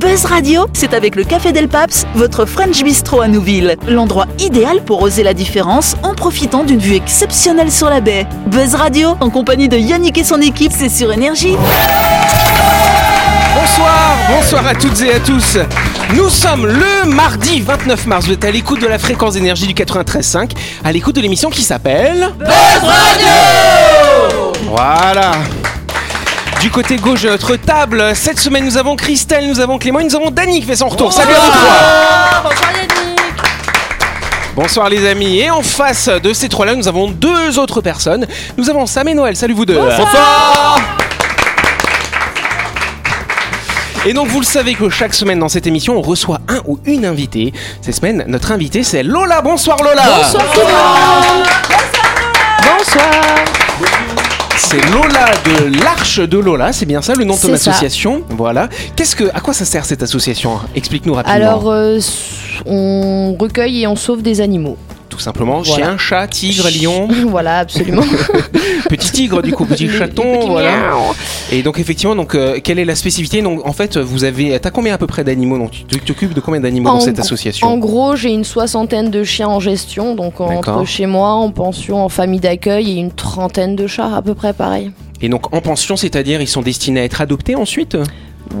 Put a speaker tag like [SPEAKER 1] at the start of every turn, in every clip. [SPEAKER 1] Buzz Radio, c'est avec le Café Del Paps, votre French Bistro à Nouville. L'endroit idéal pour oser la différence en profitant d'une vue exceptionnelle sur la baie. Buzz Radio, en compagnie de Yannick et son équipe, c'est sur Énergie.
[SPEAKER 2] Bonsoir, bonsoir à toutes et à tous. Nous sommes le mardi 29 mars. Vous êtes à l'écoute de la fréquence d'énergie du 93.5, à l'écoute de l'émission qui s'appelle. Voilà. Du côté gauche de notre table, cette semaine nous avons Christelle, nous avons Clément et nous avons Dany qui fait son retour. Salut à vous trois.
[SPEAKER 3] Bonsoir Yannick
[SPEAKER 2] Bonsoir les amis. Et en face de ces trois-là, nous avons deux autres personnes. Nous avons Sam et Noël. Salut vous deux. Et donc vous le savez que chaque semaine dans cette émission, on reçoit un ou une invitée. Cette semaine, notre invitée c'est Lola. Bonsoir Lola.
[SPEAKER 3] Bonsoir tout le monde
[SPEAKER 2] Bonsoir C'est Lola de l'Arche de Lola, c'est bien ça le nom de ton
[SPEAKER 3] C'est ça.
[SPEAKER 2] association. Voilà. Qu'est-ce que, à quoi ça sert cette association Explique-nous rapidement.
[SPEAKER 3] Alors, euh, on recueille et on sauve des animaux.
[SPEAKER 2] Tout simplement,
[SPEAKER 3] euh, voilà.
[SPEAKER 2] chien, chat, tigre, lion,
[SPEAKER 3] Voilà, absolument.
[SPEAKER 2] petit tigre du coup, petit chaton, voilà. Et donc effectivement, donc euh, quelle est la spécificité Donc en fait, vous avez, t'as combien à peu près d'animaux Donc tu tu t'occupes de combien d'animaux dans
[SPEAKER 3] En
[SPEAKER 2] cette
[SPEAKER 3] gros-
[SPEAKER 2] association
[SPEAKER 3] En gros, j'ai une soixantaine de chiens en gestion, donc entre
[SPEAKER 2] D'accord.
[SPEAKER 3] chez moi, en pension, en famille d'accueil, et une trentaine de chats, à peu près pareil.
[SPEAKER 2] Et donc en pension, c'est-à-dire ils sont destinés à être adoptés ensuite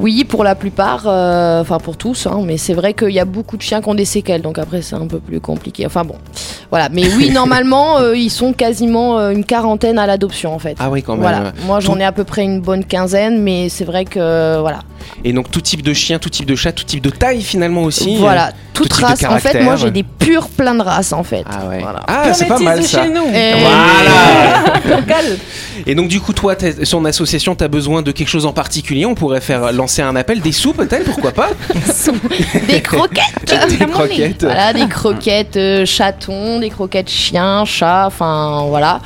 [SPEAKER 3] Oui, pour la plupart, euh, enfin pour tous, hein, mais c'est vrai qu'il y a beaucoup de chiens qui ont des séquelles, donc après c'est un peu plus compliqué. Enfin bon, voilà. Mais oui, normalement, euh, ils sont quasiment euh, une quarantaine à l'adoption en fait.
[SPEAKER 2] Ah oui, quand même.
[SPEAKER 3] Voilà, moi j'en
[SPEAKER 2] Tout-
[SPEAKER 3] ai à peu près une bonne quinzaine, mais c'est vrai que euh, voilà,
[SPEAKER 2] Et donc tout type de chien, tout type de chat, tout type de taille finalement aussi.
[SPEAKER 3] voilà, toute
[SPEAKER 2] euh, type de
[SPEAKER 3] race. En fait,
[SPEAKER 2] caractère.
[SPEAKER 3] moi j'ai des purs pleins de races en fait.
[SPEAKER 2] Ah ouais.
[SPEAKER 3] Voilà.
[SPEAKER 2] Ah, c'est pas mal ça.
[SPEAKER 3] Et-
[SPEAKER 4] Eh.
[SPEAKER 2] Voilà. Et donc du coup, toi, t'as- son association, t'as besoin de quelque chose en particulier On pourrait faire lancer un appel des sous peut-être, pourquoi pas
[SPEAKER 3] Des croquettes.
[SPEAKER 2] Des croquettes.
[SPEAKER 3] Voilà, des croquettes euh, chatons, des croquettes chiens, chats, enfin voilà.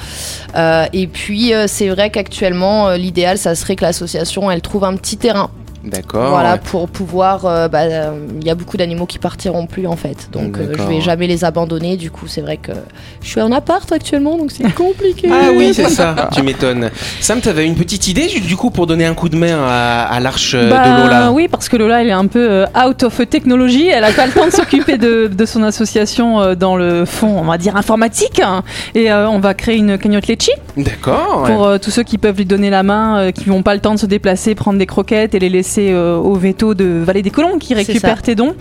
[SPEAKER 3] Euh, et puis euh, c'est vrai qu'actuellement euh, l'idéal ça serait que l'association elle trouve un petit terrain,
[SPEAKER 2] D'accord.
[SPEAKER 3] voilà, pour pouvoir. euh, bah, euh, Il y a beaucoup d'animaux qui partiront plus en fait, donc euh, je
[SPEAKER 2] D'accord.
[SPEAKER 3] vais jamais les abandonner. Du coup c'est vrai que je suis en appart actuellement donc c'est compliqué.
[SPEAKER 2] Ah oui, c'est ça, tu m'étonnes. Sam, t'avais une petite idée du du coup pour donner un coup de main à, à l'arche euh,
[SPEAKER 4] Bah,
[SPEAKER 2] de Lola
[SPEAKER 4] Oui, parce que Lola, elle est un peu euh, out of technology. Elle a pas le temps de s'occuper de, de son association euh, dans le fond, on va dire, informatique. hein. Et euh, on va créer une cagnotte Litchi
[SPEAKER 2] D'accord. ouais.
[SPEAKER 4] pour euh, tous ceux qui peuvent lui donner la main, euh, qui n'ont pas le temps de se déplacer, prendre des croquettes et les laisser euh, au veto de Vallée des Colons qui récupère tes dons.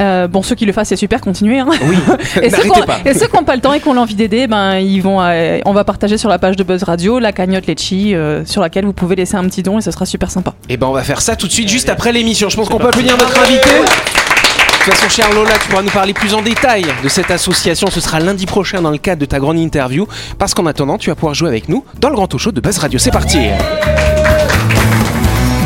[SPEAKER 4] Euh, bon, ceux qui le fassent, c'est super, continuez. hein.
[SPEAKER 2] Oui,
[SPEAKER 4] Et ceux, qui
[SPEAKER 2] n'arrêtez
[SPEAKER 4] ont,
[SPEAKER 2] pas.
[SPEAKER 4] et ceux qui n'ont pas le temps et qui ont l'envie d'aider, ben, ils vont, euh, on va partager sur la page de Buzz Radio la cagnotte Litchi euh, sur laquelle vous pouvez laisser un petit don et ce sera super sympa.
[SPEAKER 2] Et ben on va faire ça tout de suite, juste après l'émission. Je pense qu'on peut applaudir notre invité. De toute façon, cher Lola, tu pourras nous parler plus en détail de cette association. Ce sera lundi prochain dans le cadre de ta grande interview. Parce qu'en attendant, tu vas pouvoir jouer avec nous dans le Grand Talk Show de Buzz Radio. C'est parti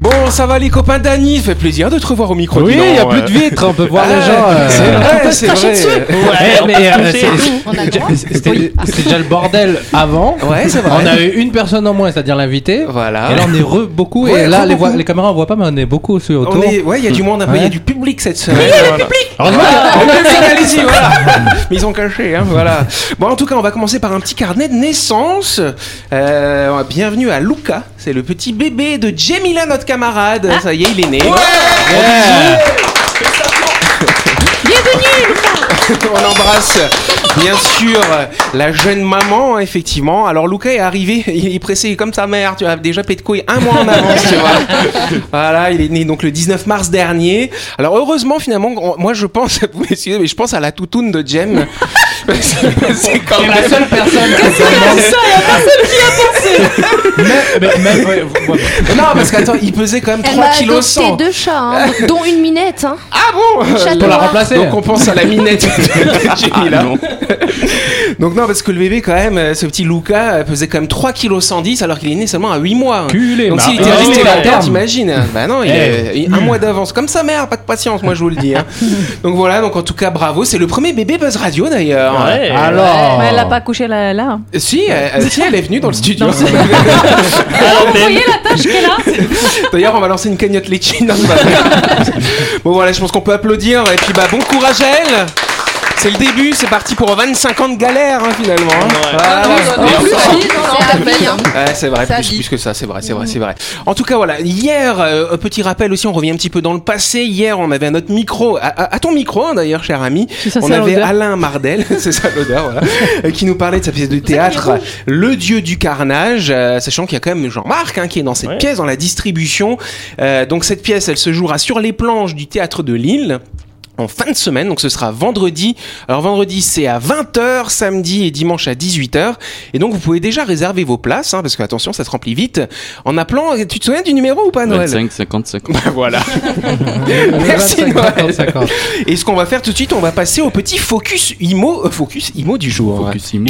[SPEAKER 2] Bon, ça va les copains d'Annie Ça fait plaisir de te revoir au micro.
[SPEAKER 5] Oui,
[SPEAKER 2] dis donc,
[SPEAKER 5] il n'y a
[SPEAKER 2] ouais.
[SPEAKER 5] plus de vitres, on peut voir
[SPEAKER 2] Ah.
[SPEAKER 5] les gens. euh,
[SPEAKER 2] C'est vrai, c'est vrai.
[SPEAKER 5] Ouais, mais euh, c'est-
[SPEAKER 3] On a le droit.
[SPEAKER 5] c'était c'était déjà le bordel avant.
[SPEAKER 2] Ouais, c'est vrai.
[SPEAKER 5] On a eu une personne en moins, c'est-à-dire l'invité.
[SPEAKER 2] Voilà.
[SPEAKER 5] Et là, on est re beaucoup.
[SPEAKER 2] Ouais,
[SPEAKER 5] et là,
[SPEAKER 2] re-
[SPEAKER 5] les, voix-
[SPEAKER 2] beaucoup.
[SPEAKER 5] les caméras, on voit pas, mais on est beaucoup aussi
[SPEAKER 2] On
[SPEAKER 5] autour.
[SPEAKER 2] est- ouais, il y a du monde, un peu, il y a
[SPEAKER 5] Ouais.
[SPEAKER 2] du public cette semaine.
[SPEAKER 5] Heureusement,
[SPEAKER 2] Le public, allez-y, voilà. Mais ils ont caché, hein, voilà. Bon, en tout cas, on va commencer par un petit carnet de naissance. Euh, bienvenue à Luca, c'est le petit bébé de Jemila, notre camarade. Ça y est, il est né. On embrasse bien sûr la jeune maman, effectivement. Alors Luca est arrivé, il est pressé comme sa mère, tu as déjà pété de couilles un mois en avance, tu vois. Voilà, il est né donc le 19 mars dernier. Alors heureusement finalement, on- moi je pense, vous m'excusez, mais je pense à la toutoune de Jem. Parce que C'est quand même la seule personne.
[SPEAKER 5] mais- mais- ouais, ouais.
[SPEAKER 2] Non, parce qu'attends, il pesait quand même
[SPEAKER 3] Elle
[SPEAKER 2] 3
[SPEAKER 3] m'a
[SPEAKER 2] kg
[SPEAKER 3] adopté deux chats, hein, dont une minette. Hein.
[SPEAKER 2] Ah bon
[SPEAKER 3] Chatte
[SPEAKER 5] pour la
[SPEAKER 3] noire.
[SPEAKER 5] remplacer.
[SPEAKER 2] Donc on pense à la minette de Jemila. Donc non, parce que le bébé quand même, euh, ce petit Luca euh, pesait quand même 3 kg 110 alors qu'il est né seulement à 8 mois. hein.
[SPEAKER 5] Culé,
[SPEAKER 2] Donc
[SPEAKER 5] bah,
[SPEAKER 2] s'il était
[SPEAKER 5] euh,
[SPEAKER 2] resté
[SPEAKER 5] culé,
[SPEAKER 2] la
[SPEAKER 5] la
[SPEAKER 2] terre,
[SPEAKER 5] terme.
[SPEAKER 2] t'imagines Bah non, il
[SPEAKER 5] Eh.
[SPEAKER 2] est un mois d'avance. Comme sa mère, pas de patience, moi je vous le dis. hein. donc voilà, donc en tout cas bravo, c'est le premier bébé Buzz Radio d'ailleurs.
[SPEAKER 6] Ah,
[SPEAKER 5] Alors.
[SPEAKER 4] Ouais, elle l'a pas couché là. là. hein.
[SPEAKER 2] Si, euh, euh, si, elle est venue dans le studio.
[SPEAKER 4] Vous voyez la tâche qu'elle a
[SPEAKER 2] D'ailleurs, on va lancer une cagnotte Litchi. Non, c'est pas vrai. bon, voilà, je pense qu'on peut applaudir. Et puis, bah, bon courage à elle. C'est le début, c'est parti pour 25 ans de galère hein, finalement. hein.
[SPEAKER 7] Ouais.
[SPEAKER 2] Voilà.
[SPEAKER 3] En plus,
[SPEAKER 2] Ouais,
[SPEAKER 3] c'est la paye, hein.
[SPEAKER 2] Ouais, c'est vrai,
[SPEAKER 3] Ça Mm.
[SPEAKER 2] plus,
[SPEAKER 3] dit.
[SPEAKER 2] plus que ça, c'est vrai, c'est vrai, c'est vrai. En tout cas, voilà, hier, euh, un petit rappel aussi, on revient un petit peu dans le passé. Hier, on avait à notre micro, à, à- à ton micro hein, d'ailleurs, cher ami,
[SPEAKER 4] C'est ça,
[SPEAKER 2] on
[SPEAKER 4] c'est
[SPEAKER 2] avait
[SPEAKER 4] l'odeur.
[SPEAKER 2] Alain Mardel, c'est ça l'odeur, voilà, euh, qui nous parlait de sa pièce de théâtre, Le Dieu du Carnage, euh, sachant qu'il y a quand même Jean-Marc hein, qui est dans cette
[SPEAKER 7] Ouais.
[SPEAKER 2] pièce, dans la distribution. Euh, donc cette pièce, elle se jouera sur les planches du théâtre de Lille. En fin de semaine, donc ce sera vendredi. Alors vendredi c'est à 20h, samedi et dimanche à 18h. Et donc vous pouvez déjà réserver vos places, hein, parce que attention ça se remplit vite. En appelant, euh, tu te souviens du numéro ou pas Noël
[SPEAKER 8] 25, 50, 50.
[SPEAKER 2] Bah, voilà. Merci,
[SPEAKER 5] 25,
[SPEAKER 2] Noël.
[SPEAKER 5] 50, 50.
[SPEAKER 2] Et ce qu'on va faire tout de suite, on va passer au petit focus IMO, euh, focus IMO du jour.
[SPEAKER 8] Focus Imo.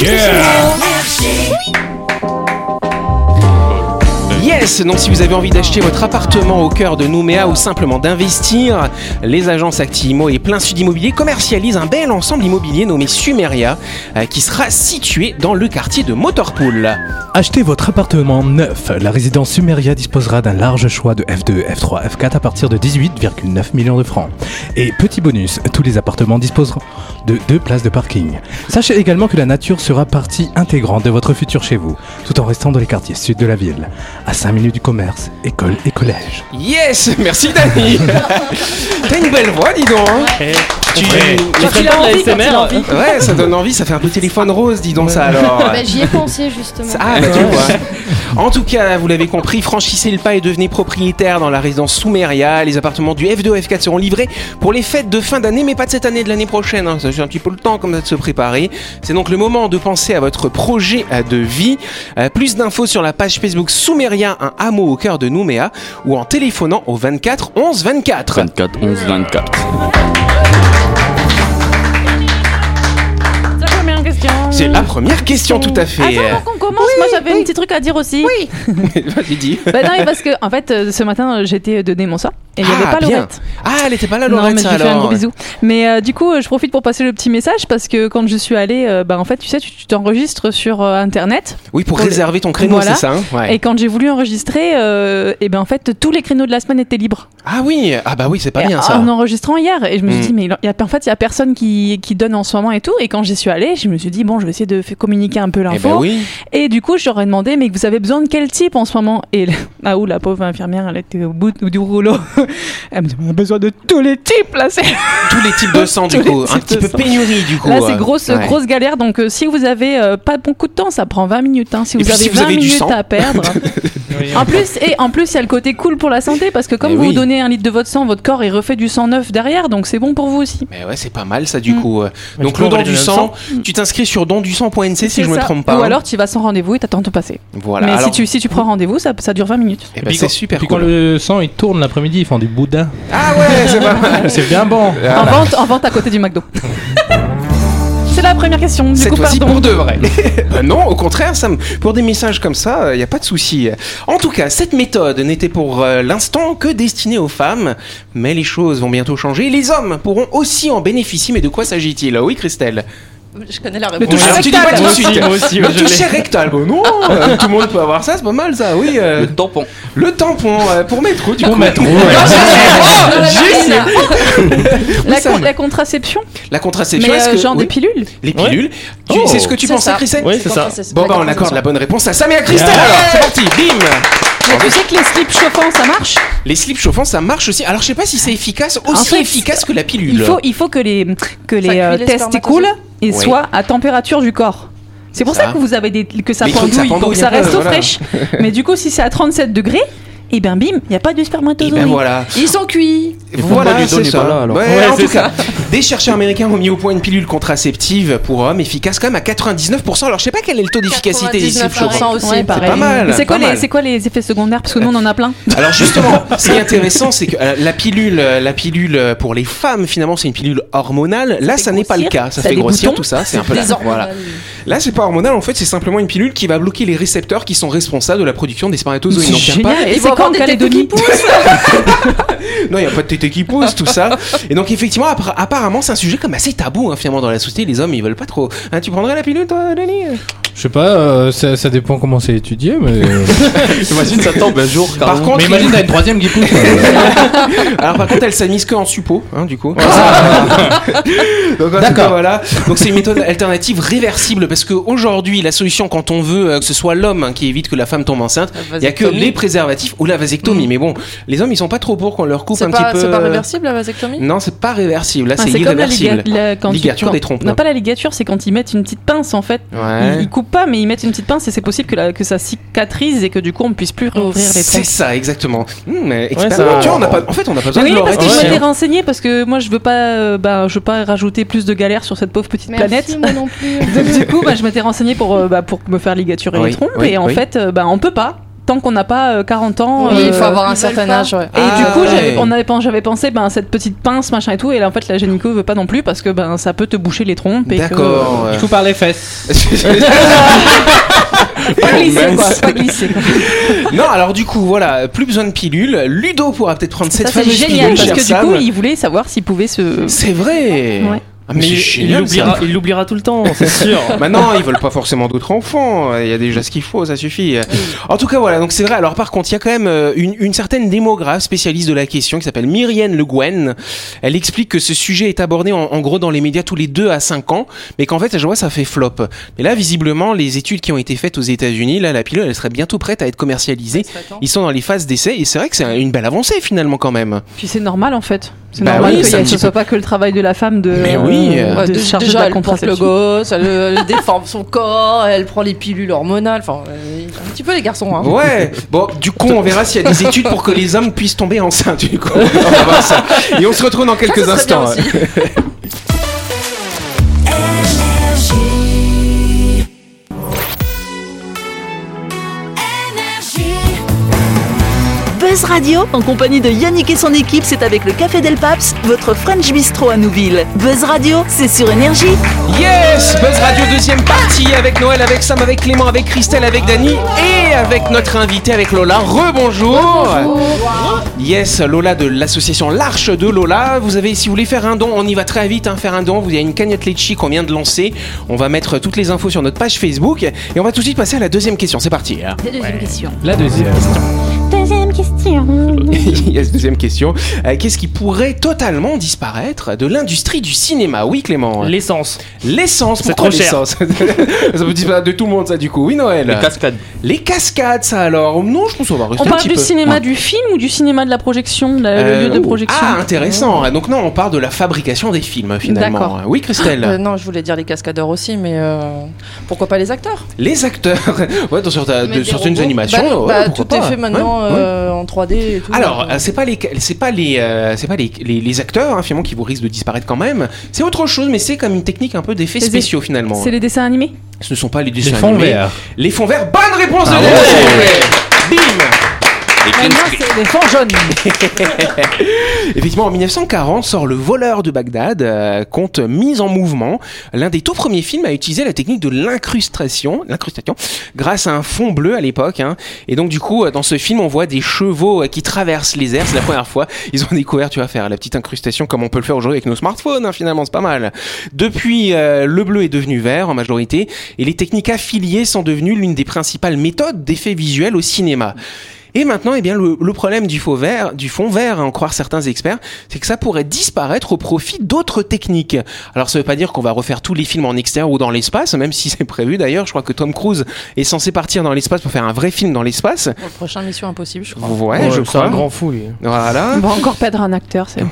[SPEAKER 2] Yes, donc si vous avez envie d'acheter votre appartement au cœur de Nouméa ou simplement d'investir, les agences Actimo et Plein Sud Immobilier commercialisent un bel ensemble immobilier nommé Sumeria euh, qui sera situé dans le quartier de Motorpool.
[SPEAKER 5] Achetez votre appartement neuf. La résidence Sumeria disposera d'un large choix de F2, F3, F4 à partir de 18,9 millions de francs. Et petit bonus, tous les appartements disposeront de deux places de parking. Sachez également que la nature sera partie intégrante de votre futur chez vous, tout en restant dans les quartiers sud de la ville, à 5 minutes du commerce, école et collège.
[SPEAKER 2] Yes, merci Dani. T'as une belle voix, dis donc. hein.
[SPEAKER 6] Tu
[SPEAKER 4] Quand
[SPEAKER 6] ferais
[SPEAKER 4] il a
[SPEAKER 6] pas
[SPEAKER 4] envie,
[SPEAKER 6] de
[SPEAKER 4] quand il a
[SPEAKER 6] l'ASMR
[SPEAKER 4] envie.
[SPEAKER 2] Ouais, ça donne envie, ça fait un peu téléphone rose, dis donc ça alors.
[SPEAKER 3] Bah, J'y ai pensé justement.
[SPEAKER 2] Ah, bah, tu vois. En tout cas, vous l'avez compris, franchissez le pas et devenez propriétaire dans la résidence Soumeria. Les appartements du F2 F4 seront livrés pour les fêtes de fin d'année, mais pas de cette année, de l'année prochaine. hein. Ça j'ai un petit peu le temps comme ça de se préparer. C'est donc le moment de penser à votre projet euh, de vie. Euh, plus d'infos sur la page Facebook Soumeria, un hameau au cœur de Nouméa, ou en téléphonant au 24 11 24.
[SPEAKER 8] 24, 11, 24.
[SPEAKER 4] C'est la première question.
[SPEAKER 2] C'est euh, la première question, tout à fait.
[SPEAKER 4] Attends, avant qu'on commence, moi j'avais un petit truc à dire aussi. Oui.
[SPEAKER 2] Vas-y, dis.
[SPEAKER 4] Bah non, mais parce que en fait, euh, ce matin, euh, j'étais donné mon ça et il n'y avait
[SPEAKER 2] Ah,
[SPEAKER 4] pas
[SPEAKER 2] bien.
[SPEAKER 4] Laurette.
[SPEAKER 2] Ah, elle était pas là,
[SPEAKER 4] Non,
[SPEAKER 2] Laurette,
[SPEAKER 4] mais je
[SPEAKER 2] ça,
[SPEAKER 4] lui fais un
[SPEAKER 2] alors.
[SPEAKER 4] gros bisou. Mais euh, du coup, euh, je profite pour passer le petit message parce que quand je suis allée, euh, bah en fait, tu sais, tu tu t'enregistres sur euh, internet
[SPEAKER 2] Oui, pour
[SPEAKER 4] Pour-
[SPEAKER 2] réserver ton créneau,
[SPEAKER 4] Voilà.
[SPEAKER 2] c'est ça. hein Ouais.
[SPEAKER 4] et quand j'ai voulu enregistrer, euh, et ben en fait, tous les créneaux de la semaine étaient libres.
[SPEAKER 2] Ah oui, ah bah oui, c'est pas
[SPEAKER 4] Et
[SPEAKER 2] bien
[SPEAKER 4] en-
[SPEAKER 2] ça.
[SPEAKER 4] En enregistrant hier, et je me suis
[SPEAKER 2] Mm.
[SPEAKER 4] dit, mais il y a, en fait, il y a personne qui, qui donne en ce moment et tout. Et quand j'y suis allée, je me suis dit, bon, je vais essayer de f- communiquer un peu
[SPEAKER 2] Eh
[SPEAKER 4] l'info.
[SPEAKER 2] ben oui.
[SPEAKER 4] Et du coup, j'aurais demandé, mais vous avez besoin de quel type en ce moment Et là, ah ouh, la pauvre infirmière, elle était au bout du rouleau. Elle me dit, on a besoin de tous les types là. C'est
[SPEAKER 2] Tous les types de sang, du
[SPEAKER 4] Tous les
[SPEAKER 2] coup. Un
[SPEAKER 4] types
[SPEAKER 2] petit
[SPEAKER 4] de
[SPEAKER 2] peu
[SPEAKER 4] sang.
[SPEAKER 2] pénurie, du coup.
[SPEAKER 4] là,
[SPEAKER 2] euh,
[SPEAKER 4] c'est grosse,
[SPEAKER 2] ouais.
[SPEAKER 4] grosse galère. Donc, euh, si vous avez euh, pas beaucoup de temps, ça prend 20 minutes. hein. si
[SPEAKER 2] Et
[SPEAKER 4] vous
[SPEAKER 2] puis,
[SPEAKER 4] avez
[SPEAKER 2] si vous
[SPEAKER 4] 20
[SPEAKER 2] avez du
[SPEAKER 4] minutes
[SPEAKER 2] sang.
[SPEAKER 4] à perdre.
[SPEAKER 5] Ah,
[SPEAKER 4] en plus, et en plus, il y a le côté cool pour la santé parce que comme
[SPEAKER 2] Mais
[SPEAKER 4] vous
[SPEAKER 2] Eh oui.
[SPEAKER 4] donnez un litre de votre sang, votre corps il refait du sang neuf derrière, donc c'est bon pour vous aussi.
[SPEAKER 2] Mais ouais, c'est pas mal ça, du
[SPEAKER 4] Mm.
[SPEAKER 2] coup. euh.
[SPEAKER 6] Mais
[SPEAKER 2] Donc,
[SPEAKER 6] tu peux
[SPEAKER 2] le don
[SPEAKER 6] envoyer
[SPEAKER 2] du
[SPEAKER 6] le
[SPEAKER 2] sang, tu t'inscris sur dondusang.nc si je me
[SPEAKER 4] ça.
[SPEAKER 2] trompe pas.
[SPEAKER 4] Ou
[SPEAKER 2] hein.
[SPEAKER 4] alors, tu vas sans rendez-vous et t'attends de passer.
[SPEAKER 2] Voilà.
[SPEAKER 4] mais
[SPEAKER 2] alors-
[SPEAKER 4] si, tu, si tu prends rendez-vous, ça, ça dure 20 minutes.
[SPEAKER 2] Eh ben, c'est super
[SPEAKER 5] Puis
[SPEAKER 2] cool.
[SPEAKER 5] quand le sang il tourne l'après-midi, ils font du boudin.
[SPEAKER 2] Ah ouais, c'est pas mal.
[SPEAKER 5] C'est bien bon.
[SPEAKER 2] Ah.
[SPEAKER 4] En, vente, en vente à côté du McDo. C'est la première question. Du
[SPEAKER 2] Cette
[SPEAKER 4] coup,
[SPEAKER 2] fois-ci
[SPEAKER 4] pardon.
[SPEAKER 2] pour de vrai. Ben non, au contraire, Sam, pour des messages comme ça, il n'y a pas de souci. En tout cas, cette méthode n'était pour euh, l'instant que destinée aux femmes, mais les choses vont bientôt changer. Les hommes pourront aussi en bénéficier, mais de quoi s'agit-il Oui, Christelle
[SPEAKER 9] Je connais la
[SPEAKER 4] Le
[SPEAKER 9] réponse.
[SPEAKER 4] toucher
[SPEAKER 2] Alors, tu dis pas
[SPEAKER 4] rectal.
[SPEAKER 2] tout de
[SPEAKER 6] Moi
[SPEAKER 2] suite.
[SPEAKER 6] aussi, moi aussi,
[SPEAKER 2] Le
[SPEAKER 6] je
[SPEAKER 2] toucher
[SPEAKER 6] l'ai.
[SPEAKER 2] rectal, bon non, euh, tout le monde peut avoir ça, c'est pas mal ça, oui. euh,
[SPEAKER 8] Le tampon.
[SPEAKER 2] le tampon euh, pour mettre où, du coup. Oh,
[SPEAKER 4] La,
[SPEAKER 2] Sam.
[SPEAKER 4] con- la contraception,
[SPEAKER 2] La contraception,
[SPEAKER 4] mais
[SPEAKER 2] est-ce
[SPEAKER 4] euh,
[SPEAKER 2] que
[SPEAKER 4] genre
[SPEAKER 2] oui,
[SPEAKER 4] des pilules.
[SPEAKER 2] les pilules Tu-
[SPEAKER 6] Oh.
[SPEAKER 2] C'est ce que tu
[SPEAKER 9] C'est
[SPEAKER 2] pensais,
[SPEAKER 9] ça.
[SPEAKER 2] Christelle
[SPEAKER 6] Oui, c'est ça.
[SPEAKER 2] Bon bah on accorde la bonne réponse à Sam et à Christelle alors, c'est parti, bim.
[SPEAKER 4] Mais tu sais que les slips chauffants, ça marche
[SPEAKER 2] Les slips chauffants, ça marche aussi. Alors je sais pas si c'est efficace, aussi
[SPEAKER 4] En fait,
[SPEAKER 2] efficace que la pilule.
[SPEAKER 4] Il faut, il faut que les, que les
[SPEAKER 9] cuit
[SPEAKER 4] euh,
[SPEAKER 9] les
[SPEAKER 4] testicules
[SPEAKER 2] Oui.
[SPEAKER 4] et soient à température du corps. C'est pour ça.
[SPEAKER 2] Ça.
[SPEAKER 4] que vous avez des, que ça
[SPEAKER 2] Mais il faut que ça
[SPEAKER 4] pendouille, pour
[SPEAKER 2] pendouille
[SPEAKER 4] que ça
[SPEAKER 2] un peu,
[SPEAKER 4] reste au
[SPEAKER 2] voilà.
[SPEAKER 4] fraîche. Mais du coup, si c'est à 37 degrés, et ben bim, il n'y a pas de
[SPEAKER 2] Et
[SPEAKER 4] spermatozoïde.
[SPEAKER 2] ben voilà.
[SPEAKER 3] Ils sont cuits.
[SPEAKER 2] Voilà,
[SPEAKER 6] pourquoi Ludo
[SPEAKER 2] c'est
[SPEAKER 6] n'est
[SPEAKER 2] ça.
[SPEAKER 6] pas là, alors
[SPEAKER 2] Ouais,
[SPEAKER 6] Ouais,
[SPEAKER 2] en
[SPEAKER 6] c'est
[SPEAKER 2] tout cas, des chercheurs américains ont mis au point une pilule contraceptive pour hommes efficace quand même à 99%. Alors je sais pas quel est le taux d'efficacité des slips
[SPEAKER 9] 99%,
[SPEAKER 2] chauffants.
[SPEAKER 9] aussi,
[SPEAKER 4] Ouais,
[SPEAKER 9] c'est
[SPEAKER 4] pareil.
[SPEAKER 2] pas mal,
[SPEAKER 4] Mais C'est quoi,
[SPEAKER 2] pas
[SPEAKER 4] les-
[SPEAKER 2] mal.
[SPEAKER 4] c'est quoi les effets secondaires Parce que nous, on en a plein.
[SPEAKER 2] Alors justement, ce qui est intéressant, c'est que euh, la pilule, euh, la pilule euh, pour les femmes, finalement, c'est une pilule hormonale. Là, ça,
[SPEAKER 4] fait
[SPEAKER 2] n'est pas le
[SPEAKER 4] grossir,
[SPEAKER 2] cas. Ça,
[SPEAKER 4] ça a
[SPEAKER 2] fait
[SPEAKER 4] des
[SPEAKER 2] grossir
[SPEAKER 4] boutons,
[SPEAKER 2] tout ça. C'est un peu la- voilà. Là, c'est pas hormonal. En fait, c'est simplement une pilule qui va bloquer les récepteurs qui sont responsables de la production des spermatozoïdes. Donc, il y a pas-
[SPEAKER 4] Et
[SPEAKER 9] Ils
[SPEAKER 4] c'est
[SPEAKER 9] vont
[SPEAKER 4] quand
[SPEAKER 9] avoir
[SPEAKER 4] en
[SPEAKER 9] des têtes
[SPEAKER 4] Calédonie
[SPEAKER 9] qui poussent.
[SPEAKER 2] non, il n'y a pas de tété qui pousse, tout ça. Et donc, effectivement, appara- apparemment, c'est un sujet comme assez tabou, hein, finalement, dans la société. Les hommes, ils veulent pas trop. Hein, tu prendrais la pilule, toi, Denis
[SPEAKER 6] Je sais pas, euh, ça, ça dépend comment c'est étudié, mais.
[SPEAKER 8] J'imagine ça tombe un jour.
[SPEAKER 2] Par
[SPEAKER 8] carrément.
[SPEAKER 2] contre,
[SPEAKER 6] mais imagine,
[SPEAKER 2] il-
[SPEAKER 6] t'as une troisième qui pousse. quoi.
[SPEAKER 2] Alors par contre, elle s'amuse que en suppo, hein, du coup. Donc en tout cas,
[SPEAKER 6] D'accord.
[SPEAKER 2] voilà. Donc c'est une méthode alternative réversible parce que aujourd'hui, la solution quand on veut euh, que ce soit l'homme hein, qui évite que la femme tombe enceinte, il n'y a que les préservatifs ou la
[SPEAKER 4] Mm.
[SPEAKER 2] vasectomie. Mais bon, les hommes ils sont pas trop pour qu'on leur coupe
[SPEAKER 9] C'est
[SPEAKER 2] un
[SPEAKER 9] pas,
[SPEAKER 2] petit peu.
[SPEAKER 9] c'est pas
[SPEAKER 2] euh,
[SPEAKER 9] réversible la vasectomie
[SPEAKER 2] Non, c'est pas réversible. Là,
[SPEAKER 4] Ah,
[SPEAKER 2] c'est
[SPEAKER 4] c'est comme la,
[SPEAKER 2] irréversible.
[SPEAKER 4] liga- la- quand tu-
[SPEAKER 2] Ligature
[SPEAKER 4] quand-
[SPEAKER 2] des trompes,
[SPEAKER 4] Non,
[SPEAKER 2] non.
[SPEAKER 4] pas la ligature, c'est quand ils mettent une petite pince en fait. Ils,
[SPEAKER 2] Ouais.
[SPEAKER 4] ils coupent pas, mais ils mettent une petite pince et c'est possible que, la- que ça cicatrise et que du coup on puisse plus rouvrir les
[SPEAKER 2] Oh, C'est
[SPEAKER 4] trompes.
[SPEAKER 2] ça, exactement. Hum, mais expert-
[SPEAKER 8] ça va.
[SPEAKER 2] Tu vois, on n'a pas- En fait, on n'a pas besoin
[SPEAKER 4] Oui,
[SPEAKER 2] de
[SPEAKER 4] parce que je
[SPEAKER 2] l'oreille.
[SPEAKER 4] m'étais renseignée parce que moi je veux pas, euh, bah, je veux pas rajouter plus de galères sur cette pauvre petite planète.
[SPEAKER 3] Merci, moi non plus.
[SPEAKER 4] Donc du coup, bah, je m'étais renseignée pour, euh, bah, pour me faire ligaturer
[SPEAKER 2] Oui,
[SPEAKER 4] les trompes
[SPEAKER 2] oui,
[SPEAKER 4] et en
[SPEAKER 2] oui.
[SPEAKER 4] fait, euh, bah, on peut pas tant qu'on n'a pas euh, 40 ans.
[SPEAKER 9] Oui, il
[SPEAKER 4] euh,
[SPEAKER 9] faut avoir un
[SPEAKER 4] ils
[SPEAKER 9] certain
[SPEAKER 4] veulent pas.
[SPEAKER 9] âge, ouais.
[SPEAKER 4] Et
[SPEAKER 2] Ah,
[SPEAKER 4] du coup,
[SPEAKER 2] ouais.
[SPEAKER 4] j'avais- on avait, pen- j'avais pensé ben, cette petite pince, machin et tout, et là en fait la génico veut pas non plus parce que ben, ça peut te boucher les trompes. et que-
[SPEAKER 2] D'accord.
[SPEAKER 6] Je coupe par les fesses.
[SPEAKER 2] Ah,
[SPEAKER 4] Pas glisser quoi,
[SPEAKER 2] Mince.
[SPEAKER 4] pas glisser. quoi.
[SPEAKER 2] Non, alors du coup, voilà, plus besoin de pilule. Ludo pourra peut-être prendre cette
[SPEAKER 4] Ça c'est
[SPEAKER 2] fameuse
[SPEAKER 4] génial
[SPEAKER 2] pilule,
[SPEAKER 4] parce
[SPEAKER 2] cher
[SPEAKER 4] que du
[SPEAKER 2] Sam.
[SPEAKER 4] coup, il voulait savoir s'il pouvait se.
[SPEAKER 2] C'est vrai.
[SPEAKER 4] Ouais.
[SPEAKER 2] Ah,
[SPEAKER 8] Mais
[SPEAKER 2] c'est
[SPEAKER 8] il il
[SPEAKER 2] génial,
[SPEAKER 8] l'oubliera,
[SPEAKER 2] ça.
[SPEAKER 8] il l'oubliera tout le temps, c'est sûr.
[SPEAKER 2] Maintenant, Bah ils veulent pas forcément d'autres enfants. Il y a déjà ce qu'il faut, ça suffit. En tout cas, voilà. Donc c'est vrai. Alors par contre, il y a quand même euh, une, une certaine démographe spécialiste de la question qui s'appelle Myrienne Le Guen. Elle explique que ce sujet est abordé en, en gros dans les médias tous les deux à 5 ans, mais qu'en fait, je vois, ça fait flop. Mais là, visiblement, les études qui ont été faites aux États-Unis, là, la pilule, elle serait bientôt prête à être commercialisée. Ils sont dans les phases d'essai et c'est vrai que c'est une belle avancée finalement quand même.
[SPEAKER 4] Puis c'est normal en fait. C'est
[SPEAKER 2] Bah
[SPEAKER 4] normal
[SPEAKER 2] oui,
[SPEAKER 4] que
[SPEAKER 2] c'est un
[SPEAKER 4] ce
[SPEAKER 2] petit
[SPEAKER 4] soit pas que le travail de la femme de.
[SPEAKER 2] Mais oui,
[SPEAKER 4] euh,
[SPEAKER 9] Ouais,
[SPEAKER 4] de
[SPEAKER 9] dé-
[SPEAKER 4] charger de
[SPEAKER 9] déjà,
[SPEAKER 4] la
[SPEAKER 9] elle porte le
[SPEAKER 4] contraception.
[SPEAKER 9] gosse, elle, elle déforme son corps, elle prend les pilules hormonales. Enfin, euh, un petit peu les garçons. Hein.
[SPEAKER 2] Ouais, bon, du coup, on verra s'il y a des études pour que les hommes puissent tomber enceintes. Du coup, on va voir ça. Et on se retrouve dans quelques
[SPEAKER 9] Ça, ça serait bien
[SPEAKER 2] instants.
[SPEAKER 9] aussi.
[SPEAKER 1] Buzz Radio, en compagnie de Yannick et son équipe, c'est avec le Café Del Paps, votre French Bistro à Nouville. Buzz Radio, c'est sur Énergie.
[SPEAKER 2] Yes, Buzz Radio deuxième partie avec Noël, avec Sam, avec Clément, avec Christelle, avec Dany et avec notre invité, avec Lola. Rebonjour. Yes, Lola de l'association L'Arche de Lola. Vous avez, si vous voulez faire un don, on y va très vite, hein, faire un don. Vous- Il y a une cagnotte Litchi qu'on vient de lancer. On va mettre toutes les infos sur notre page Facebook et on va tout de suite passer à la deuxième question. C'est parti. hein.
[SPEAKER 6] La deuxième.
[SPEAKER 10] Deuxième question.
[SPEAKER 2] Il y a cette deuxième question. Euh, Qu'est-ce qui pourrait totalement disparaître de l'industrie du cinéma Oui, Clément.
[SPEAKER 8] L'essence.
[SPEAKER 2] L'essence,
[SPEAKER 8] C'est
[SPEAKER 2] pourquoi
[SPEAKER 8] trop cher.
[SPEAKER 2] l'essence Ça peut disparaître de tout le monde, ça, du coup. Oui, Noël.
[SPEAKER 8] Les cascades.
[SPEAKER 2] Les cascades, ça alors Non, je pense qu'on va rester
[SPEAKER 4] On
[SPEAKER 2] un
[SPEAKER 4] parle
[SPEAKER 2] petit
[SPEAKER 4] du
[SPEAKER 2] peu.
[SPEAKER 4] cinéma
[SPEAKER 2] Ouais.
[SPEAKER 4] du film ou du cinéma de la projection, la-
[SPEAKER 2] Euh,
[SPEAKER 4] le lieu de
[SPEAKER 2] ouh.
[SPEAKER 4] projection
[SPEAKER 2] Ah, intéressant. Donc, non, on parle de la fabrication des films, finalement.
[SPEAKER 4] D'accord.
[SPEAKER 2] Oui, Christelle.
[SPEAKER 9] Euh, non, je voulais dire les cascadeurs aussi, mais euh, pourquoi pas les acteurs
[SPEAKER 2] Les acteurs. ouais, dans certains- Euh, de
[SPEAKER 9] Mais des
[SPEAKER 2] certaines
[SPEAKER 9] robots
[SPEAKER 2] animations.
[SPEAKER 9] Bah oui,
[SPEAKER 2] ouais,
[SPEAKER 9] bah,
[SPEAKER 2] euh, pourquoi
[SPEAKER 9] Tout
[SPEAKER 2] pas. hein.
[SPEAKER 9] est fait maintenant
[SPEAKER 2] Ouais, ouais.
[SPEAKER 9] euh, en 3D et tout.
[SPEAKER 2] Alors,
[SPEAKER 9] Euh,
[SPEAKER 2] euh, c'est pas les, c'est pas les, euh, c'est pas les, les, les acteurs hein, finalement qui vous risquent de disparaître quand même. C'est autre chose, mais c'est comme une technique un peu d'effets
[SPEAKER 4] Les-
[SPEAKER 2] spéciaux finalement.
[SPEAKER 4] C'est les dessins animés
[SPEAKER 2] Ce ne sont pas les
[SPEAKER 6] Les
[SPEAKER 2] dessins
[SPEAKER 6] fonds
[SPEAKER 2] animés.
[SPEAKER 6] verts.
[SPEAKER 2] Les fonds verts. Bonne réponse de
[SPEAKER 6] Ah
[SPEAKER 2] Daniel.
[SPEAKER 6] ouais.
[SPEAKER 2] Bim.
[SPEAKER 4] Moi, Ah, c'est les fonds jaunes.
[SPEAKER 2] Effectivement, en 1940 sort Le voleur de Bagdad, euh, conte Mise en mouvement, l'un des tout premiers films à utiliser la technique de l'incrustation, l'incrustation, grâce à un fond bleu à l'époque. hein. Et donc du coup, euh, dans ce film, on voit des chevaux euh, qui traversent les airs. C'est la première fois. Ils ont découvert, tu vas faire la petite incrustation comme on peut le faire aujourd'hui avec nos smartphones. hein, finalement, c'est pas mal. Depuis, euh, le bleu est devenu vert en majorité, et les techniques affiliées sont devenues l'une des principales méthodes d'effets visuels au cinéma. Et maintenant, eh bien, le, le problème du faux vert, du fond vert, à en croire certains experts, c'est que ça pourrait disparaître au profit d'autres techniques. Alors, ça veut pas dire qu'on va refaire tous les films en extérieur ou dans l'espace, même si c'est prévu d'ailleurs. Je crois que Tom Cruise est censé partir dans l'espace pour faire un vrai film dans l'espace.
[SPEAKER 9] pour le prochain Mission Impossible, je crois.
[SPEAKER 2] Ouais, Eh, je
[SPEAKER 6] c'est
[SPEAKER 2] crois. Ah,
[SPEAKER 6] un grand fou, lui.
[SPEAKER 2] Voilà.
[SPEAKER 4] On va encore perdre un acteur, c'est
[SPEAKER 2] Non,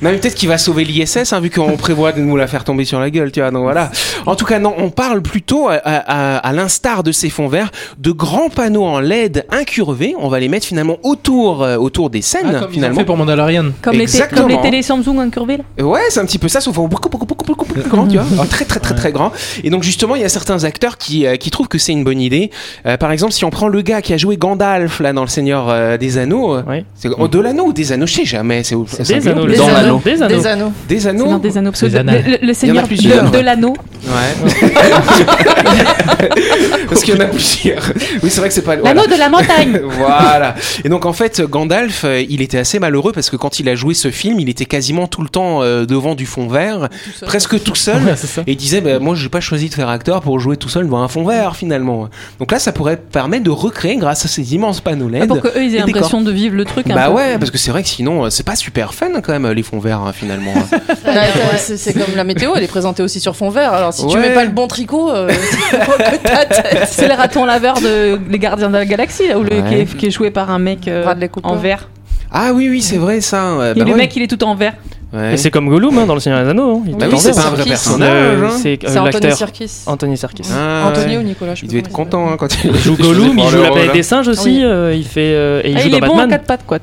[SPEAKER 2] mais peut-être qu'il va sauver l'ISS, hein, vu qu'on prévoit de nous la faire tomber sur la gueule, tu vois. Donc voilà. En tout cas, non, on parle plutôt, à, à- à- à l'instar de ces fonds verts, de grands panneaux en LED incurvés. On va les mettre finalement autour, euh, autour des
[SPEAKER 6] Ah,
[SPEAKER 2] scènes,
[SPEAKER 6] comme ils ont
[SPEAKER 2] finalement.
[SPEAKER 6] fait pour Mandalorian.
[SPEAKER 4] comme, les té- comme
[SPEAKER 2] Exactement.
[SPEAKER 4] les télé Samsung incurvées là.
[SPEAKER 2] Ouais, c'est un petit peu ça, sauf en beaucoup, beaucoup, beaucoup, beaucoup, beaucoup grand, tu vois. Alors, très, très, très, très grand. Et donc, justement, il y a certains acteurs qui, euh, qui trouvent que c'est une bonne idée. Euh, par exemple, si on prend le gars qui a joué Gandalf, là, dans Le Seigneur euh, des Anneaux, euh,
[SPEAKER 8] Ouais.
[SPEAKER 2] c'est oh, de l'anneau ou des anneaux, je sais jamais. C'est
[SPEAKER 8] Des anneaux.
[SPEAKER 9] Des
[SPEAKER 8] Dans
[SPEAKER 9] anneaux.
[SPEAKER 8] l'anneau. Des anneaux.
[SPEAKER 9] Des anneaux.
[SPEAKER 2] Des
[SPEAKER 4] C'est dans
[SPEAKER 2] anneaux
[SPEAKER 4] des anneaux. parce que
[SPEAKER 6] Des
[SPEAKER 4] le-
[SPEAKER 6] annales.
[SPEAKER 4] le, le seigneur
[SPEAKER 2] plusieurs.
[SPEAKER 4] de, de l'anneau,
[SPEAKER 2] Ouais. Parce qu'il y en a plusieurs. Oui, c'est vrai que c'est pas.
[SPEAKER 11] L'anneau de la montagne.
[SPEAKER 2] voilà. Et donc en fait, Gandalf, euh, il était assez malheureux parce que quand il a joué ce film, il était quasiment tout le temps euh, devant du fond vert, presque tout seul.
[SPEAKER 8] Ouais, c'est ça.
[SPEAKER 2] et il disait, bah, moi, j'ai pas choisi de faire acteur pour jouer tout seul devant un fond vert finalement. Donc là, ça pourrait permettre de recréer grâce à ces immenses panneaux LED.
[SPEAKER 4] Ah, pour qu'eux, ils
[SPEAKER 2] des
[SPEAKER 4] aient l'impression
[SPEAKER 2] décors.
[SPEAKER 4] de vivre le truc. un
[SPEAKER 2] Bah
[SPEAKER 4] peu.
[SPEAKER 2] ouais, parce que c'est vrai que sinon, euh, c'est pas super fun quand même les fonds verts hein, finalement. Bah,
[SPEAKER 3] c'est c'est comme la météo, elle est présentée aussi sur fond vert. Alors si tu
[SPEAKER 2] Ouais.
[SPEAKER 3] mets pas le bon tricot, euh,
[SPEAKER 4] C'est le raton laveur de Les Gardiens de la Galaxie, là, où le,
[SPEAKER 2] bah. Ouais.
[SPEAKER 4] qui, est, qui est joué par un mec euh, en vert.
[SPEAKER 2] Ah oui, oui, c'est vrai ça. euh,
[SPEAKER 4] Et
[SPEAKER 2] bah
[SPEAKER 4] le
[SPEAKER 2] ouais.
[SPEAKER 4] mec, il est tout en vert.
[SPEAKER 2] Ouais.
[SPEAKER 5] Et c'est comme Gollum hein, dans Le Seigneur des Anneaux. hein. Il
[SPEAKER 2] Bah
[SPEAKER 5] est
[SPEAKER 2] oui,
[SPEAKER 5] en
[SPEAKER 2] c'est
[SPEAKER 5] vert.
[SPEAKER 2] pas un vrai
[SPEAKER 5] Serkis.
[SPEAKER 2] personnage, hein.
[SPEAKER 5] C'est euh,
[SPEAKER 3] C'est Anthony
[SPEAKER 5] l'acteur.
[SPEAKER 3] Serkis.
[SPEAKER 5] Anthony Serkis.
[SPEAKER 2] Ah,
[SPEAKER 3] Anthony
[SPEAKER 2] ouais.
[SPEAKER 3] ou Nicolas, je sais
[SPEAKER 2] Il
[SPEAKER 3] pas
[SPEAKER 2] devait être content hein, quand il
[SPEAKER 5] Il joue
[SPEAKER 2] je sais
[SPEAKER 5] Gollum,
[SPEAKER 2] pas
[SPEAKER 5] il
[SPEAKER 2] le
[SPEAKER 5] joue La
[SPEAKER 2] rôle,
[SPEAKER 5] Planète
[SPEAKER 2] hein.
[SPEAKER 5] des Singes aussi. euh, il fait euh, et il
[SPEAKER 4] Ah,
[SPEAKER 5] joue
[SPEAKER 4] il est
[SPEAKER 5] dans
[SPEAKER 4] bon en
[SPEAKER 5] Batman.
[SPEAKER 4] quatre pattes, quoi.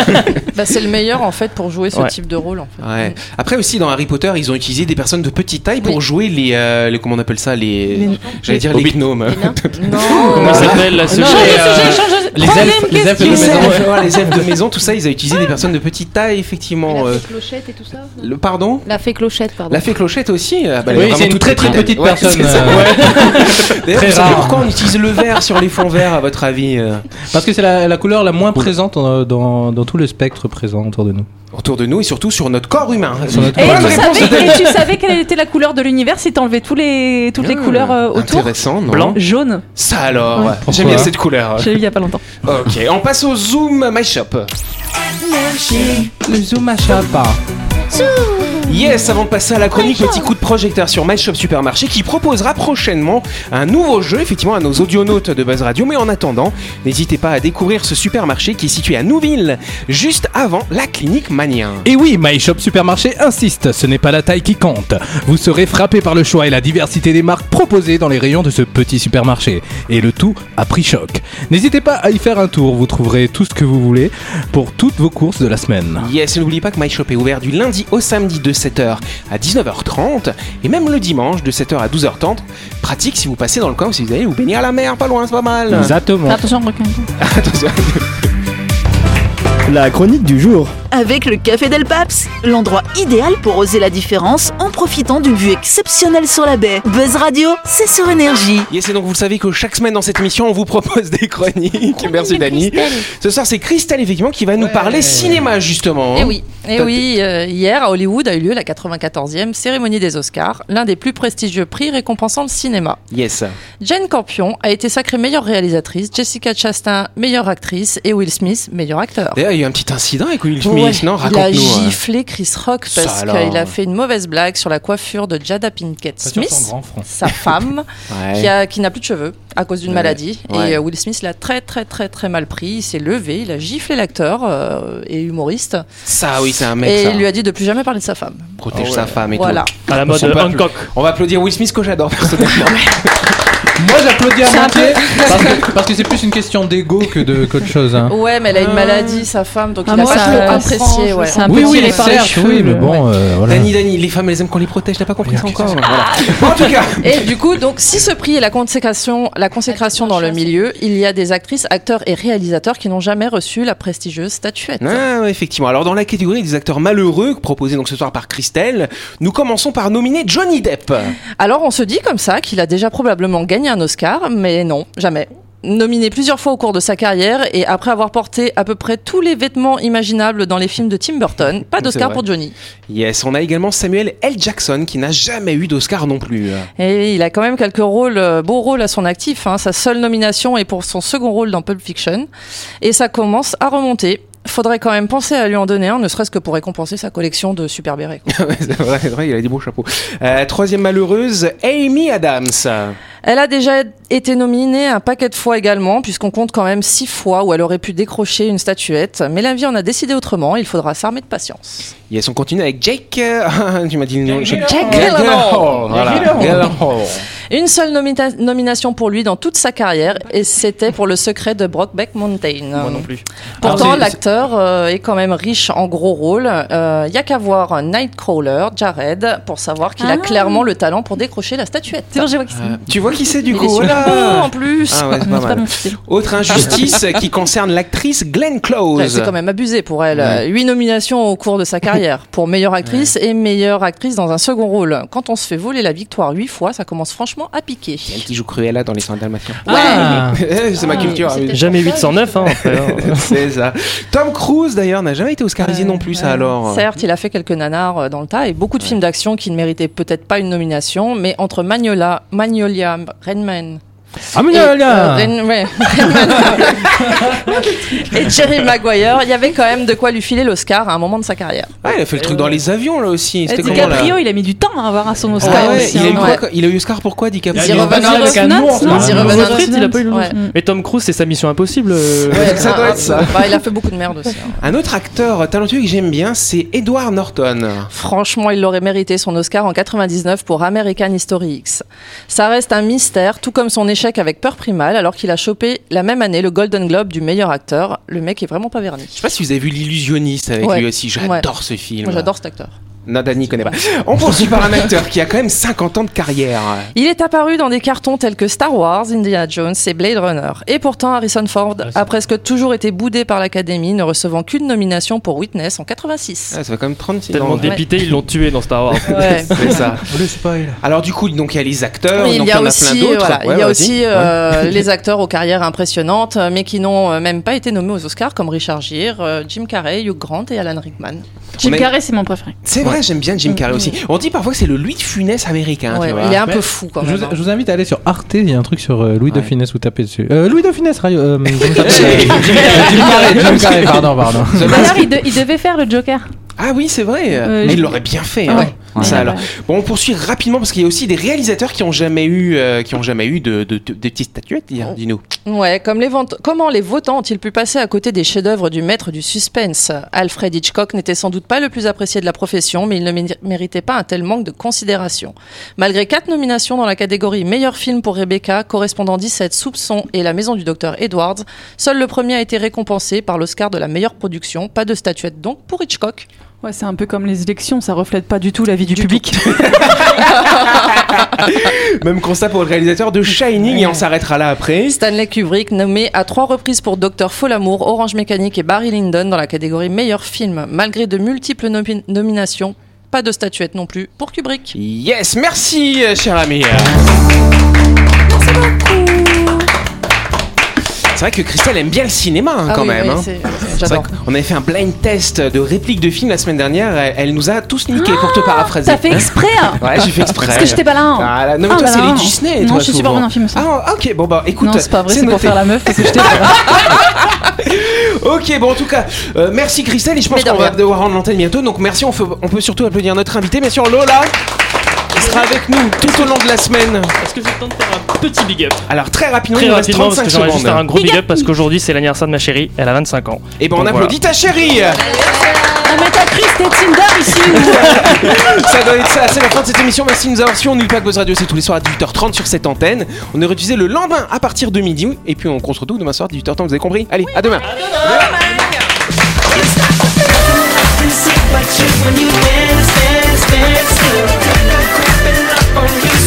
[SPEAKER 3] bah, c'est le meilleur en fait pour jouer ce
[SPEAKER 2] Ouais.
[SPEAKER 3] type de rôle. En fait.
[SPEAKER 2] Ouais. Après aussi dans Harry Potter, ils ont utilisé des personnes de petite taille pour jouer les, euh, les- comment on appelle ça les,
[SPEAKER 3] Les-
[SPEAKER 2] j'allais dire les gnomes.
[SPEAKER 5] Comment il s'appelle la
[SPEAKER 2] Non,
[SPEAKER 5] sujet
[SPEAKER 2] les
[SPEAKER 5] euh,
[SPEAKER 2] sujets,
[SPEAKER 5] Les elfes, les elfes de maison.
[SPEAKER 2] elfes, voilà, les elfes de maison, tout ça, ils ont utilisé des personnes de petite taille effectivement. euh,
[SPEAKER 11] Clochette et tout ça.
[SPEAKER 2] le pardon.
[SPEAKER 11] La fée clochette, pardon.
[SPEAKER 2] La fée clochette aussi. euh, bah, elle est
[SPEAKER 8] Oui,
[SPEAKER 2] vraiment
[SPEAKER 8] c'est une
[SPEAKER 2] toute
[SPEAKER 8] très, très
[SPEAKER 2] taille.
[SPEAKER 8] petite
[SPEAKER 2] Ouais,
[SPEAKER 8] personne,
[SPEAKER 2] c'est ça.
[SPEAKER 8] euh,
[SPEAKER 2] D'ailleurs,
[SPEAKER 8] Très
[SPEAKER 2] vous savez
[SPEAKER 8] rare.
[SPEAKER 2] pourquoi on utilise le vert sur les fonds verts à votre avis euh
[SPEAKER 9] Parce que c'est la, la couleur la moins présente euh, dans, dans tout le spectre présent autour de nous.
[SPEAKER 2] autour de nous et surtout sur notre corps humain.
[SPEAKER 9] Sur notre
[SPEAKER 4] Et
[SPEAKER 2] Bonne
[SPEAKER 4] tu,
[SPEAKER 2] réponse de
[SPEAKER 4] savais, et
[SPEAKER 2] David.
[SPEAKER 4] tu savais quelle était la couleur de l'univers si t'enlevais tous les, toutes les
[SPEAKER 3] Mmh.
[SPEAKER 2] Ah,
[SPEAKER 4] couleurs euh, autour
[SPEAKER 2] Intéressant, non
[SPEAKER 5] Blanc.
[SPEAKER 4] Jaune.
[SPEAKER 2] Ça alors,
[SPEAKER 4] Ouais.
[SPEAKER 2] j'aime bien
[SPEAKER 9] Pourquoi
[SPEAKER 2] cette
[SPEAKER 5] Ah.
[SPEAKER 2] couleur.
[SPEAKER 4] J'ai lu il y a pas longtemps.
[SPEAKER 2] Ok, on passe au Zoom My Shop.
[SPEAKER 9] Le zoom pas.
[SPEAKER 2] Yes, avant de passer à la chronique, petit coup de projecteur sur My Shop Supermarché qui proposera prochainement un nouveau jeu, effectivement, à nos audionautes de Buzz Radio. Mais en attendant, n'hésitez pas à découvrir ce supermarché qui est situé à Nouville, juste avant la clinique Mania.
[SPEAKER 9] Et oui, My Shop Supermarché insiste, ce n'est pas la taille qui compte. Vous serez frappé par le choix et la diversité des marques proposées dans les rayons de ce petit supermarché. Et le tout à prix choc. N'hésitez pas à y faire un tour, vous trouverez tout ce que vous voulez pour toutes vos courses de la semaine.
[SPEAKER 2] Yes, et n'oubliez pas que My Shop est ouvert du lundi au samedi de 7h à 19h30 et même le dimanche de 7h à 12h30. Pratique si vous passez dans le coin ou si vous allez vous baigner à la mer, pas loin, c'est pas mal.
[SPEAKER 9] Exactement.
[SPEAKER 4] Attention, requin.
[SPEAKER 2] Attention.
[SPEAKER 7] La chronique du jour.
[SPEAKER 1] Avec le Café Del Paps, l'endroit idéal pour oser la différence en profitant d'une vue exceptionnelle sur la baie. Buzz Radio, c'est sur énergie.
[SPEAKER 2] Yes, et donc vous le savez que chaque semaine dans cette émission, on vous propose des chroniques. Merci Dani. Ce soir, c'est Christelle effectivement qui va nous parler cinéma justement.
[SPEAKER 3] Et Eh oui, et
[SPEAKER 2] T'as-
[SPEAKER 3] oui euh, hier à Hollywood a eu lieu la 94e cérémonie des Oscars, l'un des plus prestigieux prix récompensant le cinéma.
[SPEAKER 2] Yes.
[SPEAKER 3] Jane Campion a été sacrée meilleure réalisatrice, Jessica Chastain meilleure actrice et Will Smith meilleur acteur.
[SPEAKER 2] D'ailleurs, il y a eu un petit incident avec Will
[SPEAKER 3] Ouais,
[SPEAKER 2] Smith, non
[SPEAKER 3] il a
[SPEAKER 2] Raconte-nous. hein.
[SPEAKER 3] giflé Chris Rock
[SPEAKER 2] Ça
[SPEAKER 3] parce
[SPEAKER 2] alors.
[SPEAKER 3] qu'il a fait une mauvaise blague sur la coiffure de Jada Pinkett
[SPEAKER 9] Ça tire
[SPEAKER 3] Smith,
[SPEAKER 9] son grand front.
[SPEAKER 3] sa femme,
[SPEAKER 2] Ouais.
[SPEAKER 3] qui a- qui n'a plus de cheveux à cause d'une
[SPEAKER 2] Ouais.
[SPEAKER 3] maladie.
[SPEAKER 2] Ouais.
[SPEAKER 3] Et euh, Will Smith l'a très très très très mal pris. Il s'est levé, il a giflé l'acteur euh, et humoriste
[SPEAKER 2] Ça, oui, c'est un mec.
[SPEAKER 3] et
[SPEAKER 2] ça.
[SPEAKER 3] il lui a dit de plus jamais parler de sa femme.
[SPEAKER 2] Protège sa femme et
[SPEAKER 3] Voilà.
[SPEAKER 2] tout.
[SPEAKER 5] À la mode
[SPEAKER 2] On peut applaudir.
[SPEAKER 5] Hancock.
[SPEAKER 2] On va applaudir Will Smith que j'adore personnellement.
[SPEAKER 9] Moi j'applaudis à
[SPEAKER 3] C'est un
[SPEAKER 9] moitié parce que- parce que c'est plus une question d'ego que de qu'autre chose. hein.
[SPEAKER 3] Ouais, mais elle a une maladie, sa femme, donc
[SPEAKER 4] Ah,
[SPEAKER 3] il a
[SPEAKER 4] moi,
[SPEAKER 3] pas
[SPEAKER 4] ça
[SPEAKER 3] trop
[SPEAKER 4] me
[SPEAKER 3] apprécié.
[SPEAKER 4] tranche,
[SPEAKER 3] ouais.
[SPEAKER 4] ça me- Un
[SPEAKER 9] oui
[SPEAKER 4] peu
[SPEAKER 9] oui
[SPEAKER 4] tiré par les
[SPEAKER 9] certes oui
[SPEAKER 4] cheveux,
[SPEAKER 9] mais bon euh, voilà.
[SPEAKER 2] Dani, Dani, les femmes elles aiment qu'on les protège, t'as pas compris ça encore hein, Voilà.
[SPEAKER 3] Ah.
[SPEAKER 2] Bon, En tout cas,
[SPEAKER 3] Et du coup, donc, si ce prix est la consécration, la consécration dans le milieu, il y a des actrices, acteurs et réalisateurs qui n'ont jamais reçu la prestigieuse statuette.
[SPEAKER 2] Ah, ouais, effectivement. Alors, dans la catégorie des acteurs malheureux proposée donc ce soir par Christelle, nous commençons par nominer Johnny Depp.
[SPEAKER 3] Alors on se dit comme ça qu'il a déjà probablement gagné un Oscar, mais non, jamais. Nominé plusieurs fois au cours de sa carrière et après avoir porté à peu près tous les vêtements imaginables dans les films de Tim Burton, pas
[SPEAKER 2] C'est
[SPEAKER 3] d'Oscar
[SPEAKER 2] vrai.
[SPEAKER 3] pour Johnny.
[SPEAKER 2] Yes, on a également Samuel L. Jackson qui n'a jamais eu d'Oscar non plus.
[SPEAKER 3] Et Eh il a quand même quelques rôles, euh, beaux rôles à son actif. hein. Sa seule nomination est pour son second rôle dans Pulp Fiction. Et ça commence à remonter. Faudrait quand même penser à lui en donner un, ne serait-ce que pour récompenser sa collection de super bérets. quoi.
[SPEAKER 2] Ouais, c'est vrai, c'est vrai, il a des beaux chapeaux. Euh, troisième malheureuse, Amy Adams.
[SPEAKER 3] Elle a déjà été nominée un paquet de fois également, puisqu'on compte quand même six fois où elle aurait pu décrocher une statuette. Mais la vie en a décidé autrement, il faudra s'armer de patience.
[SPEAKER 2] Yes, on continue avec Jake. euh, tu m'as dit le nom. je-
[SPEAKER 3] Jake
[SPEAKER 2] Gyllenhaal, voilà. Gyllenhaal.
[SPEAKER 3] Une seule nomita- nomination pour lui dans toute sa carrière, et c'était pour le secret de Brockback Mountain.
[SPEAKER 5] Moi non plus.
[SPEAKER 3] Pourtant,
[SPEAKER 5] Alors, c'est-
[SPEAKER 3] l'acteur euh, est quand même riche en gros rôles. Euh, y a qu'à voir Nightcrawler, Jared, pour savoir qu'il a
[SPEAKER 4] Ah.
[SPEAKER 3] clairement le talent pour décrocher la statuette.
[SPEAKER 4] C'est bon, je vois qui c'est.
[SPEAKER 2] Euh, tu vois qui c'est du
[SPEAKER 3] Il est
[SPEAKER 2] coup
[SPEAKER 3] super beau, en
[SPEAKER 2] voilà.
[SPEAKER 3] plus.
[SPEAKER 2] Ah ouais, c'est pas
[SPEAKER 4] Non, c'est pas
[SPEAKER 2] mal.
[SPEAKER 4] mon style.
[SPEAKER 2] Autre injustice qui concerne l'actrice Glenn
[SPEAKER 3] Ouais,
[SPEAKER 2] Close.
[SPEAKER 3] C'est quand même abusé pour elle.
[SPEAKER 2] Ouais.
[SPEAKER 3] Huit nominations au cours de sa carrière pour meilleure actrice et meilleure actrice dans un second rôle. Quand on se fait voler la victoire huit fois, ça commence franchement à piquer.
[SPEAKER 2] Elle qui joue Cruella dans les 100 Dalmatiens.
[SPEAKER 5] Ah.
[SPEAKER 2] Eh, C'est ma
[SPEAKER 5] Ah,
[SPEAKER 2] culture.
[SPEAKER 5] c'était Jamais pour ça, 809, hein, après.
[SPEAKER 2] C'est ça. Tom Cruise, d'ailleurs, n'a jamais été oscarisé non plus, ça, alors.
[SPEAKER 3] Certes, il a fait quelques nanars euh, dans le tas et beaucoup de films d'action qui ne méritaient peut-être pas une nomination, mais entre Magnolia, Magnolia, Renman.
[SPEAKER 12] Ah, Magnolia
[SPEAKER 3] Et, euh, Rain- ouais, Rainman. et Jerry Maguire, il y avait quand même de quoi lui filer l'Oscar à un moment de sa carrière.
[SPEAKER 2] Ah, il a fait le truc dans les avions, là aussi. C'était comment, là
[SPEAKER 4] DiCaprio, il a mis du temps à avoir à son Oscar.
[SPEAKER 2] Ah ouais,
[SPEAKER 4] aussi,
[SPEAKER 2] il, a eu
[SPEAKER 4] hein.
[SPEAKER 2] quoi, il a eu Oscar pour quoi, DiCaprio
[SPEAKER 5] Il y a eu un canard avec un ours, non
[SPEAKER 3] Zero
[SPEAKER 5] Zero
[SPEAKER 3] Banana
[SPEAKER 5] Street, il a pas eu le nom.
[SPEAKER 3] Ouais.
[SPEAKER 5] Mais Tom Cruise, c'est sa mission impossible. euh.
[SPEAKER 3] Ouais,
[SPEAKER 2] Ça doit
[SPEAKER 3] un-
[SPEAKER 2] être ça.
[SPEAKER 3] bah, il a fait beaucoup de merde aussi. hein.
[SPEAKER 2] Un autre acteur talentueux que j'aime bien, c'est Edward Norton.
[SPEAKER 3] Franchement, il aurait mérité son Oscar en 99 pour American History X. Ça reste un mystère, tout comme son échec avec Peur Primal, alors qu'il a chopé la même année le Golden Globe du meilleur acteur. Le mec est vraiment pas verni.
[SPEAKER 2] Je sais pas si vous avez vu L'illusionniste avec
[SPEAKER 3] Ouais.
[SPEAKER 2] lui aussi. J'adore
[SPEAKER 3] Ouais.
[SPEAKER 2] ce film.
[SPEAKER 3] Moi, j'adore cet acteur.
[SPEAKER 2] Non, Dani connaît pas. On poursuit par un acteur qui a quand même 50 ans de carrière.
[SPEAKER 3] Il est apparu dans des cartons tels que Star Wars, Indiana Jones et Blade Runner. Et pourtant, Harrison Ford a presque toujours été boudé par l'Académie, ne recevant qu'une nomination pour Witness en 86.
[SPEAKER 2] Ah, ça fait quand même 36
[SPEAKER 5] Tellement
[SPEAKER 2] ans.
[SPEAKER 5] dépité, ils l'ont tué dans Star Wars.
[SPEAKER 3] Ouais.
[SPEAKER 2] C'est ça.
[SPEAKER 9] Le spoil.
[SPEAKER 2] Alors du coup, donc il y a les acteurs,
[SPEAKER 3] Mais il
[SPEAKER 2] donc
[SPEAKER 3] y a
[SPEAKER 2] en plein
[SPEAKER 3] aussi,
[SPEAKER 2] d'autres.
[SPEAKER 3] voilà,
[SPEAKER 2] Ouais,
[SPEAKER 3] il y a
[SPEAKER 2] vas-y.
[SPEAKER 3] aussi euh,
[SPEAKER 2] Ouais.
[SPEAKER 3] les acteurs aux carrières impressionnantes, euh, mais qui n'ont euh, même pas été nommés aux Oscars, comme Richard Gere, euh, Jim Carrey, Hugh Grant et Alan Rickman.
[SPEAKER 4] Jim
[SPEAKER 2] On est-
[SPEAKER 4] Carrey, c'est mon préféré.
[SPEAKER 2] C'est vrai, j'aime bien Jim Carrey aussi. On dit parfois que c'est le Louis de Funès américain. Ah, tu
[SPEAKER 3] Mm-hmm. Ouais,
[SPEAKER 2] vois.
[SPEAKER 3] il est un peu fou quand
[SPEAKER 9] Je
[SPEAKER 3] même.
[SPEAKER 9] vous,
[SPEAKER 3] hein.
[SPEAKER 9] je vous invite à aller sur Arte, il y a un truc sur euh, Louis de Funès, vous tapez dessus. Euh, Louis de Funès, Rayo- euh, comment ça s'appelle Jim Carrey, Jim Carrey, pardon, pardon.
[SPEAKER 8] D'ailleurs, il, de- il devait faire le Joker.
[SPEAKER 2] Ah oui, c'est vrai.
[SPEAKER 8] Euh,
[SPEAKER 2] Mais
[SPEAKER 8] je-
[SPEAKER 2] il l'aurait bien fait.
[SPEAKER 8] Ah
[SPEAKER 2] hein.
[SPEAKER 8] ouais.
[SPEAKER 2] Ça
[SPEAKER 8] Ouais.
[SPEAKER 2] alors. Bon, on poursuit rapidement parce qu'il y a aussi des réalisateurs qui ont jamais eu, euh, qui ont jamais eu de, de- de- des petites statuettes.
[SPEAKER 3] Oh,
[SPEAKER 2] dis- Dis-nous.
[SPEAKER 3] Ouais, comme les vente- comment les votants ont-ils pu passer à côté des chefs-d'œuvre du maître du suspense Alfred Hitchcock n'était sans doute pas le plus apprécié de la profession, mais il ne mé- méritait pas un tel manque de considération. Malgré quatre nominations dans la catégorie meilleur film pour Rebecca, correspondant 17, Soupçon et La Maison du Docteur Edwards, seul le premier a été récompensé par l'Oscar de la meilleure production. Pas de statuette donc pour Hitchcock.
[SPEAKER 4] Ouais, c'est un peu comme les élections, ça reflète pas du tout la vie du, public.
[SPEAKER 2] Même constat pour le réalisateur de Shining et on s'arrêtera là après.
[SPEAKER 3] Stanley Kubrick, nommé à trois reprises pour Docteur Folamour, Orange Mécanique et Barry Lyndon dans la catégorie meilleur film, malgré de multiples nomi- nominations. Pas de statuette non plus pour Kubrick.
[SPEAKER 2] Yes, merci, euh, cher ami. C'est vrai que Christelle aime bien le cinéma hein,
[SPEAKER 3] Ah
[SPEAKER 2] quand
[SPEAKER 3] oui,
[SPEAKER 2] même.
[SPEAKER 3] oui,
[SPEAKER 2] hein.
[SPEAKER 3] c'est-
[SPEAKER 2] C'est vrai
[SPEAKER 3] J'adore.
[SPEAKER 2] qu'on avait fait un blind test de réplique de film la semaine dernière. Elle, elle nous a tous niqué pour te paraphraser.
[SPEAKER 4] Ah, T'as fait exprès hein
[SPEAKER 2] Ouais, j'ai fait exprès.
[SPEAKER 4] Parce que j'étais pas là. hein.
[SPEAKER 2] Ah, là, non, mais
[SPEAKER 4] Ah,
[SPEAKER 2] toi,
[SPEAKER 4] bah
[SPEAKER 2] c'est
[SPEAKER 4] là,
[SPEAKER 2] les
[SPEAKER 4] non.
[SPEAKER 2] Disney.
[SPEAKER 4] Non,
[SPEAKER 2] toi,
[SPEAKER 4] je suis
[SPEAKER 2] souvent.
[SPEAKER 4] pas bonne en film. ça.
[SPEAKER 2] Ah, ok, bon, bah écoute.
[SPEAKER 4] non, c'est pas vrai, c'est Ah, pour
[SPEAKER 2] noté.
[SPEAKER 4] faire la meuf parce que j'étais pas là.
[SPEAKER 2] Ok, bon, en tout cas, euh, merci Christelle et je pense
[SPEAKER 3] Mais de
[SPEAKER 2] qu'on va
[SPEAKER 3] rien.
[SPEAKER 2] devoir rendre l'antenne bientôt. Donc merci, on, fait- on peut surtout applaudir notre invité, bien sûr Lola. qui sera avec nous tout au long de la semaine.
[SPEAKER 5] Est-ce que j'ai le temps de faire un petit big up
[SPEAKER 2] Alors très rapidement,
[SPEAKER 5] Très
[SPEAKER 2] il nous reste
[SPEAKER 5] rapidement, parce
[SPEAKER 2] 35
[SPEAKER 5] que j'aimerais juste
[SPEAKER 2] secondes.
[SPEAKER 5] faire un gros big up parce qu'aujourd'hui c'est l'anniversaire de ma chérie, elle a 25 ans.
[SPEAKER 2] Et ben on
[SPEAKER 5] Donc, voilà.
[SPEAKER 2] applaudit ta chérie
[SPEAKER 4] Ah, mais t'as cru que c'était Tinder ici
[SPEAKER 2] Ça doit être ça, c'est la fin de cette émission. Merci de nous avoir suivis. On n'oublie pas que Buzz Radio, c'est tous les soirs à 18h30 sur cette antenne. On est rediffusé le lendemain à partir de midi. Et puis on se retrouve demain soir à 18h30, vous avez compris Allez, à demain